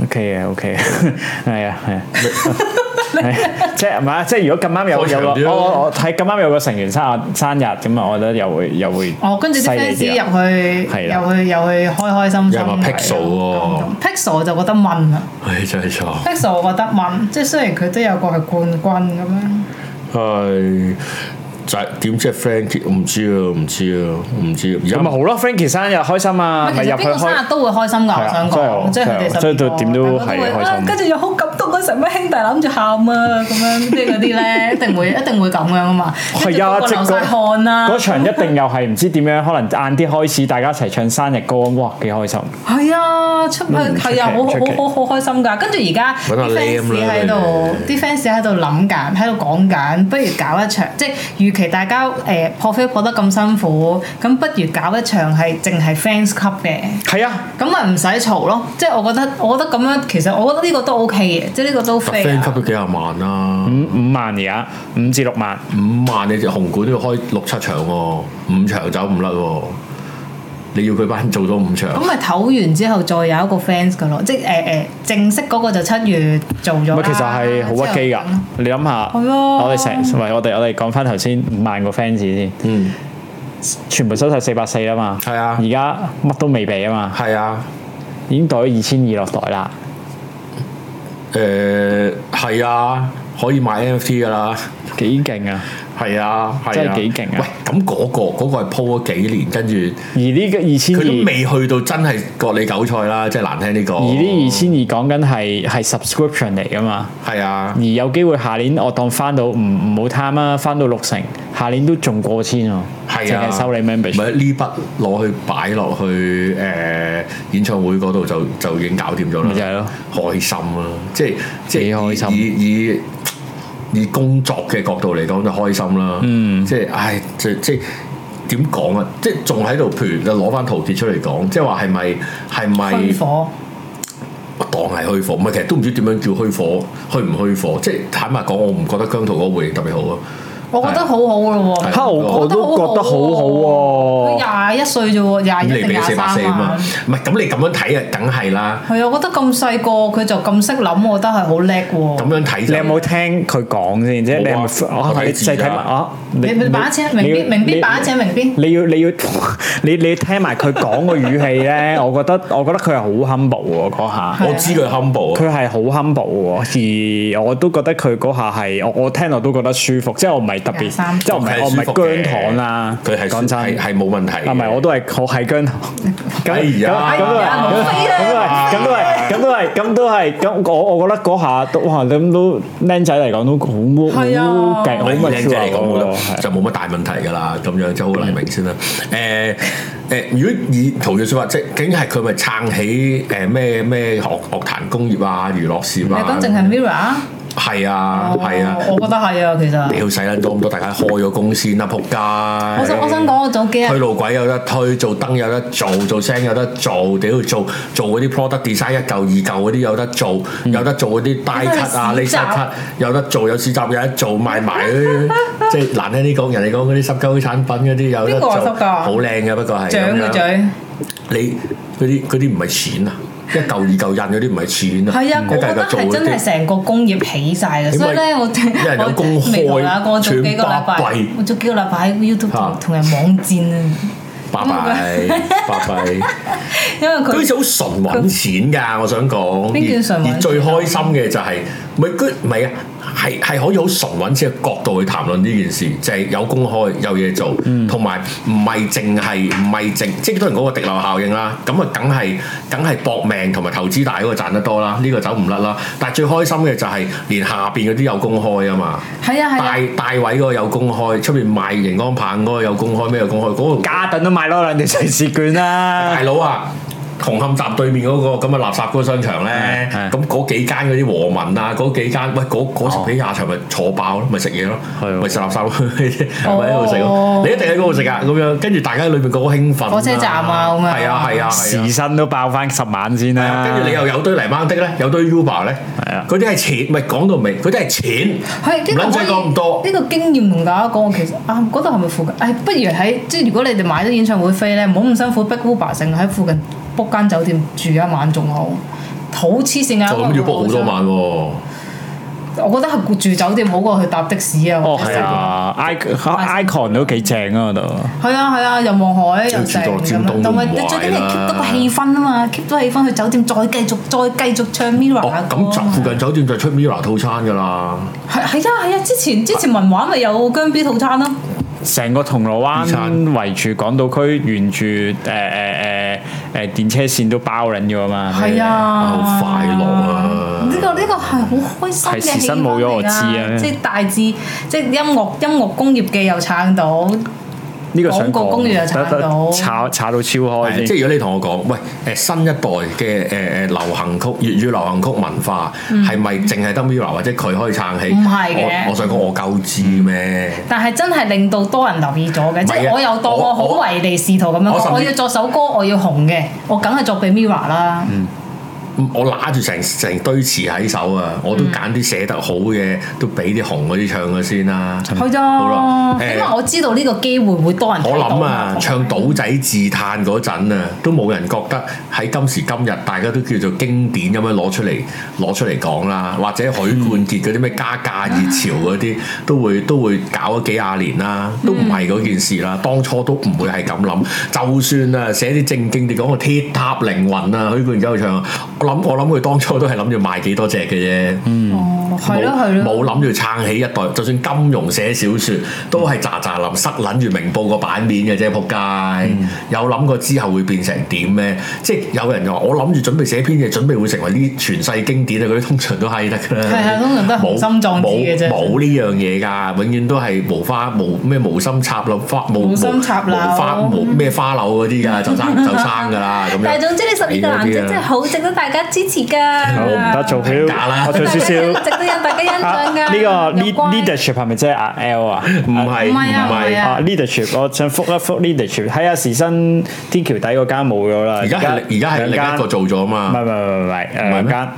OK 嘅，OK 嘅，係啊， 係啊。係即係唔係啊？即係如果咁啱有
開場啲
有個
咯
我我我睇咁啱有個成員生日生日咁啊，我覺得又會又會
哦，跟住啲
犀利
fans
啲啊
入去，
係啦
又去又去開開心心。
有人話 Pixel 喎
，Pixel 我就覺得問啦
唉，真係慘。
，Pixel 我覺得問，即係雖然佢都有個係冠軍咁樣，
係就係點知 Frankie？我唔知啊，唔知啊，唔知啊。而家
咁咪好咯，Frankie 生日開心啊，
其
咪
實
入
邊
去
個生
開
日。都會開心㗎，
係啊
我想
真係喎
講，即係佢哋十
真係喎
二
所以
個
到點都
大家
係
會
開
啊
心
跟住又好感動嗰成班兄弟諗住喊啊咁樣，即係嗰啲咧，一定會一定會咁樣啊嘛，跟住
係啊，
個個
即
流
係
晒汗啊啦。
嗰場 一定又係唔知點樣，可能晏啲開始，大家一齊唱生日歌，哇，幾開心！
係啊，出去
嗯
係啊，好
出奇出奇
好好好開心㗎。跟住而家
搵
啲
阿 Lam
fans
啦
喺度，
你
啲 fans 喺度諗緊，喺度講緊，不如搞一場，即係預期大家誒破飛破得咁辛苦，咁不如搞一場係淨係 fans 級嘅。
係啊，
咁咪唔使嘈咯，即係我覺得，我覺得咁樣其實我覺得呢個都 OK 嘅，即係呢個都 fair
fan 級
啊。
都幾廿萬啦，
五五萬而家五至六萬，
五萬你隻紅館都要開六七場喎，五場走唔甩喎。你要佢班做到五場。
咁咪唞完之後再有一個 fans 嘅咯，即係誒誒正式嗰個就七月做咗
唔啊
啦。
係其實
啊
係好屈機㗎。你諗下，
係啊咯
我哋成，喂，我哋我哋講翻頭先五萬個 fans 先，
嗯，
全部收晒四百四啊嘛，
係啊
而家乜都未俾啊嘛，
係啊。
已經袋咗二千二落袋啦，
誒係啊，可以買 NFT 噶啦，
幾勁啊！
係啊，係啊
真係幾勁啊
喂，咁嗰、個嗰、個係鋪咗幾年，跟住
而呢個二千
佢都
二，
未去到真係割你韭菜啦，即係難聽呢、個。
而呢二千二講緊係係 subscription 嚟㗎嘛。
係啊
而，有機會下年我當翻到唔唔好貪啊，翻到六成，下年都仲過千喎，
係
淨
啊，
係收你
唔係
membership。
呢筆攞去擺落去誒、演唱會嗰度就就已經搞掂咗啦，
咪就係咯，
開心啦，即係即係
幾開心
以以以以工作嘅角度嚟講就開心啦，
嗯
即係唉，即即點講啊？即係仲喺度，譬如就攞翻陶傑出嚟講，即係話係咪係咪
虛火。
我當係虛火？唔係，其實都唔知點樣叫虛火，虛唔虛火？即係坦白講，我唔覺得姜濤嗰回應特別好啊。
我覺得好好嘅咯
係
喎，
嚇我
我都覺得好好喎
啊佢廿一歲啫喎，廿
咁
一
你
定
俾
廿
四百四
三
啊嘛
啊。，
唔係咁你咁樣睇啊，梗係啦。
係啊，我覺得咁細個佢就咁識諗，我覺得係好叻
咁
喎。
樣睇
你
就
有冇聽佢講先？即係你係
冇啊
咪啊
我睇
你
字
就係睇
㗎
埋啊？
你你把尺明邊，明邊把尺明啊邊。
你要你 要你你要聽埋佢講個語氣咧，我覺得我覺得佢係好 humble 喎嗰
啊
下，
我知佢 humble 啊，
佢係好 humble 喎，而我都覺得佢嗰下係我我聽落都覺得舒服，即係我唔係係特別，
23
即係我唔係我唔係薑糖啦，
佢係
講真
係係冇問題嘅。
啊，唔係，我都係我係姜糖。咁
哎
咁
呀
咁都係，咁都係，咁都係，咁都係，咁我我覺得嗰下都哇，咁都僆仔嚟講都好冇好
係啊
勁，好
我以靚
mature 啊
仔嚟講，冇
喎
得
係
就冇乜大問題㗎啦。咁樣即係
嗯
好黎明先啦。誒誒，如果以陶嘅説法，即係竟係佢咪撐起誒咩咩樂樂壇工業啊、娛樂事業
你講淨
啊？
係 Mirror？哦
係啊，係啊。
我覺得係啊，其實。
屌使撚到咁多，大家開咗工先啦，仆街！
我想我想講，我早幾日
推路軌有得推，做燈有得做，做聲有得做，屌做做嗰啲 product design 一嚿二嚿嗰啲有得做，有得做嗰啲 die
有得
cut 啊、
市
laser
集
cut 有得做，有市集有得做，賣埋嗰啲即係難聽啲講，人哋講嗰啲濕鳩產品嗰啲有得
邊個
做
話濕鳩，啊
好靚嘅不過係
長
咁
個
樣
嘴。
你嗰啲嗰啲唔係錢啊，一嚿二嚿印嗰啲唔係錢啊，
係啊，
一
我
嚿
覺
一
得
嚿做
係
嗰
真
啲
係。成個工業起晒嘅，
因為
所以 咧我
有人有公開
微博啦，我早幾個
全
禮
百
拜
幣，
我早幾個禮拜喺 YouTube
嚇
同同人網戰啊，
拜拜，拜拜。
因為
佢好
佢
似好純揾錢㗎，我想講。
邊叫純揾錢啊
而而最開心嘅就係、咪佢唔係啊，係係可以好純揾錢嘅角度去談論呢件事，就係、有公開有嘢做，
嗯
同埋唔係淨係唔係淨，即係當然嗰個滴漏效應啦。咁啊，梗係梗係搏命同埋投資大嗰個賺得多啦，呢、個走唔甩啦。但係最開心嘅就係連下邊嗰啲有公開啊嘛，
係啊係
大
啊，
大位嗰個有公開，出邊賣熒光棒嗰個有公開，咩有公開嗰、個。
嘉頓都買多兩條瑞士卷啦
大。佬啊！紅磡站對面嗰個咁嘅垃圾嗰個商場咧
係，
咁嗰幾間嗰啲和民啊，嗰幾間喂嗰
哦
嗰十幾廿場咪坐爆咯，咪食嘢咯
係喎，
咪食垃圾咯， 咪喺度食
哦
咯，你一定喺嗰度食啊咁樣，跟住大家喺裏面個好興奮啊，
火車站啊咁樣
係啊係啊係啊
時。薪都爆翻十萬先
係啊
啦，
跟住你又有堆泥掹的咧，有堆 Uber 咧
係啊，
嗰啲係錢，唔係講到尾，嗰啲係錢，
係
唔
呢個
撚使
可以
講咁多。
呢個經驗同大家講，其實啊嗰度係咪附近？誒，不如喺即係如果你哋買咗演唱會飛咧，唔好咁辛苦逼 Uber 成日喺附近 book 間酒店住一晚仲好，好黐線啊！
就咁要 book 好多晚喎，
我覺得係住酒店好過去搭的士啊！
哦係啊，icon icon 都幾正啊嗰度，
係啊係啊，又望海又
住
成
到
咁
尖
樣，
東都
同
唔
埋
壞
你
啦
最緊要 keep 到個氣氛啊嘛，keep 到氣氛去酒店再繼續再繼續唱 Mirror
哦
啊
咁就附近酒店就出 Mira 套餐㗎啦，
係係啊係啊，之前之前文玩咪有姜 B 套餐咯，
成個銅鑼灣圍住港島區沿住誒誒誒誒電車線都包撚咗啊嘛，
係啊，
好快樂啊
呢個呢個係好開心
係
嘅
時
氣
薪
氛
冇咗我知
嚟
啊
㗎，即係大致即係音樂音樂工業嘅又撐到，
啊呢個想
廣告公寓又
講
炒
得
到
得炒炒到超開先
即係。如果你同我講，喂，誒新一代嘅誒誒流行曲粵語流行曲文化係咪淨係得 Mirror 或者佢可以撐起？
唔係嘅
我我想講我夠知咩？
但係真係令到多人留意咗嘅，即
唔係
係
啊
我又當我好
我我
唯利是圖咁樣
我甚至
講，我要作首歌我要紅嘅，我梗係作俾 Mirror 啦。
嗯我揦住成成堆詞喺手啊，我都揀啲寫得好嘅，都俾啲紅嗰啲唱咗先啦。
係咋，
好啦
起
誒
碼我知道呢個機會會多人睇
我
到
諗啊，唱賭仔自嘆嗰陣啊，都冇人覺得喺今時今日大家都叫做經典咁樣攞出嚟攞出嚟講啦，或者許冠傑嗰啲咩加價熱潮嗰啲，都會都會搞咗幾廿年啦，都唔係嗰件事啦，
嗯
當初都唔會係咁諗。就算啊，寫啲正經啲講個鐵塔凌雲啊，許冠傑喺度唱，我諗我諗佢當初都係諗住賣幾多隻嘅啫。
哦，係咯
冇
係咯，
冇諗住撐起一代，就算金融寫小説都係喳喳臨塞撚住明報個版面嘅啫，仆街！
嗯
有諗過之後會變成點咩？即係有人就話我諗住準備寫篇嘢，準備會成為呢全世經典啊！嗰啲通常都係得㗎啦，
係係通常都係
冇
雄心壯志嘅啫
冇冇呢樣嘢㗎，永遠都係無花無咩無心插柳花無
無心插柳
無花無咩花柳嗰啲 㗎，就生就生㗎啦咁樣。
但係總之你十二個男
啊
仔真係好值得大家支持㗎。
好唔得做票
評價哦啦，
我做少少。
值得有大家欣
啊
賞
呢
㗎。
個
有關
lead- leadership 係咪即係阿 L 啊？
唔係
唔係啊唔係啊
啊 leadership，我想覆一覆 leadership。喺啊時新天橋底嗰間冇咗啦，
而家係而家係
兩
另
間
一個做咗嘛
啊唔係唔係唔係唔係誒。兩間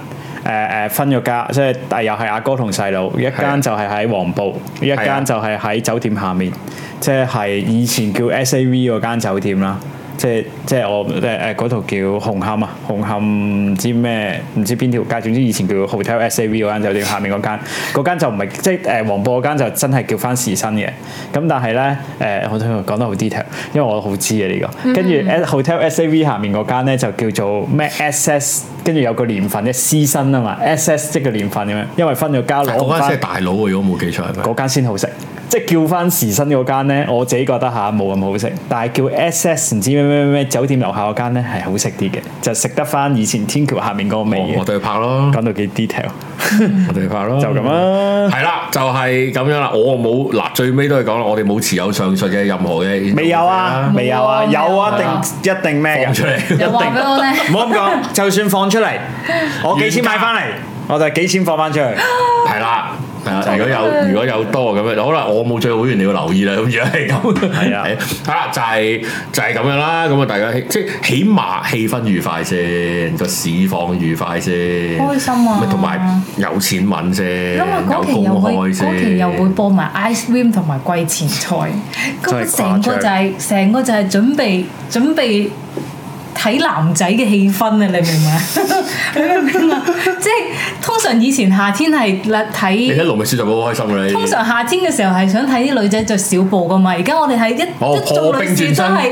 誒誒分咗家，即係但係又係阿哥同細佬，一間就係喺黃埔，一
係啊
間就係喺酒店下面，即係以前叫 S.A.V 嗰間酒店啦。即係即係我誒誒嗰度叫紅磡啊，紅磡唔知咩唔知邊條街，總之以前叫 Hotel S.A.V 嗰間酒店下面嗰間，嗰間就唔係即係誒黃埔嗰間就真係叫翻時薪嘅。咁但係咧誒，我聽講得好 detail，因為我好知嘅呢、
嗯
個。跟住 Hotel S.A.V 下面嗰間咧就叫做咩 S.S，跟住有個年份嘅私薪啊嘛，S.S 即係個年份咁樣，因為分咗家
但係
攞
嗰間先係
翻
大佬喎，如果冇記錯係咪？
嗰間先好食，即係叫翻時薪嗰間咧，我自己覺得嚇冇咁好食，但係叫 SS 唔知咩咩咩酒店樓下嗰間咧係好食啲嘅，就食得翻以前天橋下面嗰個味
哦我我
嘅。
對拍咯，
講到幾 detail，
我哋拍咯，
就咁。啦。
係啦，就係咁樣啦。我冇嗱，最尾都係講啦，我哋冇持有上述嘅任何嘅
未有啊，未有啊，
冇啊
有啊，
冇啊
一定一定咩嘅
嗯放出嚟
一定
又話俾我
唔
聽
好咁講，就算放出嚟，我幾錢
原價
買翻嚟，我就幾錢放翻出去。
係 啦。係啦，如果有如果有多咁樣，好啦，我冇最好員你要留意啦，咁樣係咁，
係啊
係啊，就係就係咁樣啦，咁啊，大家即係起碼氣氛愉快先，個市況愉快先，
開心啊
咪同埋有錢揾先，
因為嗰期又
有
會
公開先，
嗰期又會播埋 ice cream 同埋季前賽，
真係
咁成個
誇張
就係、成個就係準備準備睇男仔嘅氣氛啊！你明唔明啊？ 你明唔明啊？即係通常以前夏天係
你
睇
睇。龍尾雪就好開心㗎啦，呢啲
通常夏天嘅時候係想睇啲女仔着小布噶嘛，而家我哋係一、
哦
一眾
破冰
女士
轉
都
身
係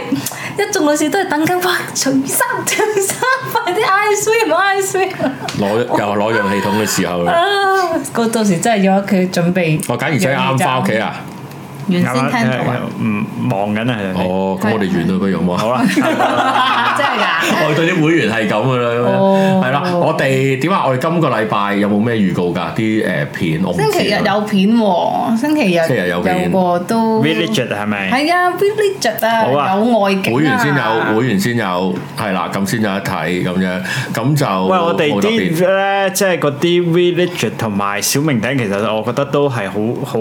一眾女士都係等緊，哇！除衫除衫，快啲 ice cream ice cream
攞又攞氧氣筒嘅時候啦。
啊！嗰到時真係要喺屋企準備。
我揀而且啱翻屋企啊！
原先
啱
聽到啊！
唔望緊啊，係咪
哦，咁我哋完啦，不如好
好
嘛？
啦，
真係㗎？
我哋對啲會員係咁噶啦，咁
哦
樣係啦。我哋點啊？我哋今個禮拜有冇咩預告㗎？啲誒片我唔知啊
星期日有片喎，星期日
星期日有片
個都
Village 係咪？
係啊 Village 啊，
好啊
有外景啊
會員先有，會員先有，係啦，咁先有得睇咁樣，咁就
喂，我哋
冇特
啲
別
咧，即係嗰啲 Village 同埋小明頂，其實我覺得都係好好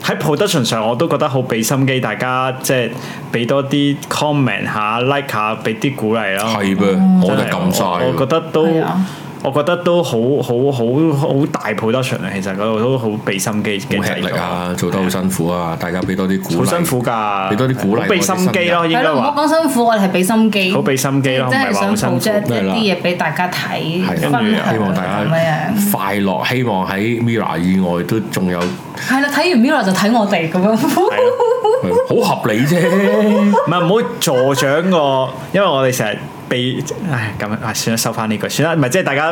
喺 production 上，我都覺得好俾心機，大家即係俾多啲 comment 下、like 下，俾啲鼓勵咯。
係
嗯
噃，我
真
就
係
撳晒
我我覺
喎。
得都
係啊，
我覺得都好好好好大 production 啊！其實嗰度都好俾心機嘅
好吃
製
力
作，
啊，做得好辛苦啊！大家俾多啲鼓勵，
好辛苦㗎，
俾多啲鼓勵
好俾心機咯，
我
應
係
該
咯，唔
話
好講辛苦，我哋係俾心機，
好俾心機咯，唔
真
係
係
話
想
好辛
p
苦
r。一
係啦
啲嘢俾大家睇，
係跟
分
住
享
希望大家
咁樣。
快樂，希望喺 Mira 以外都仲有
係啦，睇完 Mirror 就睇我哋咁樣。
係咯
好合理啫。
唔係唔好助長個，因為我哋成日被唉咁啊，算啦，收翻呢句算啦，唔係即係大家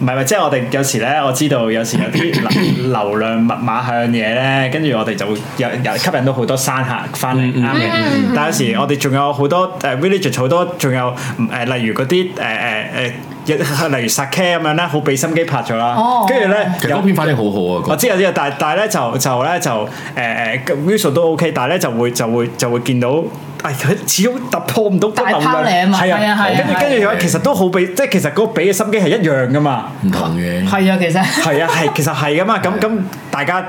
唔係唔係，即係我哋有時咧，我知道有時有啲流流量密碼向嘢咧，跟住我哋就會有有吸引到好多山客翻嚟
嗯
啱嘅，但係有時我哋仲有好多誒 village 好多，仲有誒例如嗰啲誒誒誒。一例如 Sake 咁樣咧，好俾心機拍咗啦
哦，
跟住咧
其實嗰篇反應好好啊，
我
嗰
知我知，但係但係咧就就咧就誒誒咁 view 數都 OK，但係咧就會就會就會見到，哎佢始終突破唔到個
大
流量
拋嚟啊嘛係啊係
跟
啊
住
係啊
跟住嘅話，其實都好俾，即係其實嗰個俾嘅心機係一樣噶嘛，
唔同嘅。
係啊，其實
係啊係，其實係噶嘛，咁咁大家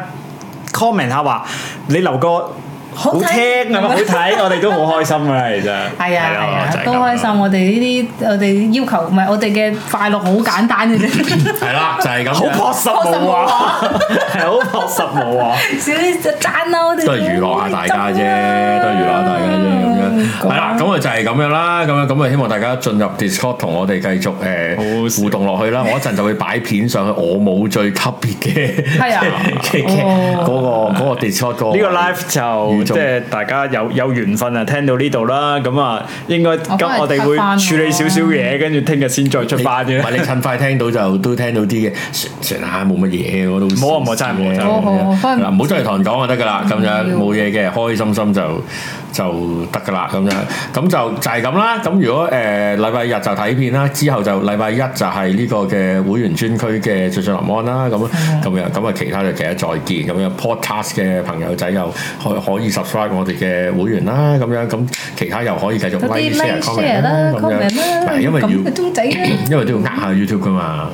comment 下話你留個好
好睇
聽啊嘛， 好睇，我哋都好開心噶啦，其實
係啊係啊
就係，咁
都開心。我哋呢啲我哋要求唔係我哋嘅快樂好簡單嘅啫。
係 啦，就係咁樣。
好樸實無華，係好樸實 無華。
少啲就爭啦，我哋
都係娛樂下大家啫，都係娛樂下大家啫咁樣。係啦，咁啊就係咁樣啦，咁樣咁啊希望大家進入 Discord 同我哋繼續
好
誒
笑
互動落去啦。我一陣就會擺片上去，我冇最級別嘅
係啊
嘅 嘅
哦
嗰個嗰個 Discord 個
呢個
位
live 就
預祝
即係大家有有緣分啊，聽到呢度啦，咁啊應該
我
今
幫你
我哋
cut
會
返
處理少少嘢，跟住聽日先再出翻
唔
嘅。
係你趁快聽到就都聽到啲嘅，算算下冇乜嘢我都
好啊唔好真係唔好真係
好哦好好翻嗯
嗱唔好再嚟堂講就得㗎啦，咁樣
要
冇嘢嘅，開開心心就就得㗎啦，咁樣咁就就係咁啦。咁如果誒禮拜日就睇片啦，之後就禮拜一就係呢個嘅會員專區嘅最上臨安啦，咁咁樣咁啊，其他就其他再見咁樣。Podcast 嘅朋友仔又可可以 subscribe 我哋嘅會員啦，咁樣咁其他又可以繼續
嗰啲
like share
like
comment
share
啦
啦
咁樣，
，comment 啦，
係因為
咁
要
嘅。鐘仔啦，
因為都要呃下 YouTube 噶嘛，啊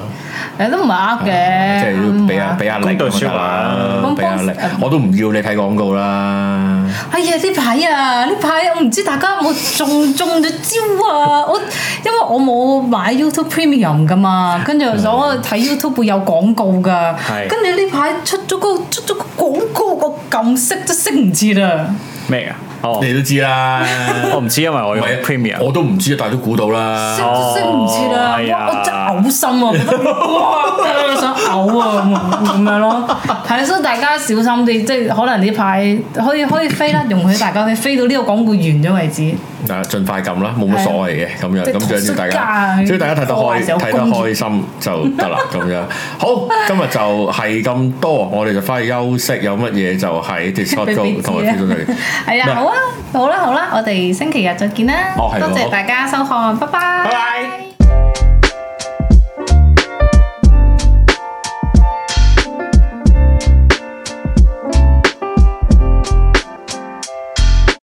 誒都唔係呃嘅，呃
即係要俾下俾下力
嗯公道
咁
說
得啦
話，
俾下力，我都唔要你睇廣告啦。
哎呀！呢排啊，呢排我唔知大家有冇中中咗招啊！我因為我冇買 YouTube Premium 噶嘛，跟住我睇 YouTube 會有廣告噶
嗯係，
跟住呢排出咗個出咗個廣告，我撳熄都熄唔切啦。
咩啊？哦，
你都知啦，啊
我唔知，因為我用 Premium。
我都唔知，但係都估到啦。
識唔切
哦
啦！
係啊
哇我真
啊
嘔！心啊！覺得哇，我想嘔啊咁咁樣咯。係，所以大家小心啲，即係可能呢排可以可以飛啦，容許大家飛飛到呢個廣告完咗為止。
嗱，啊盡快撳啦，冇乜所謂嘅咁樣，
即係啊
咁最緊要大家，
出街
只要大家睇得
破壞
開，
就有
睇得
公
開心就得啦，咁樣。 好，今日就係咁多，我哋就翻去休息，有乜嘢就喺 Discord
俾
度
面
同埋 Facebook 度 嚟。
啊係
咩
啊，好啊，好啦，好啦，我哋星期日再見啦。
哦係喎
多謝
好
大家收看，拜拜。
拜拜。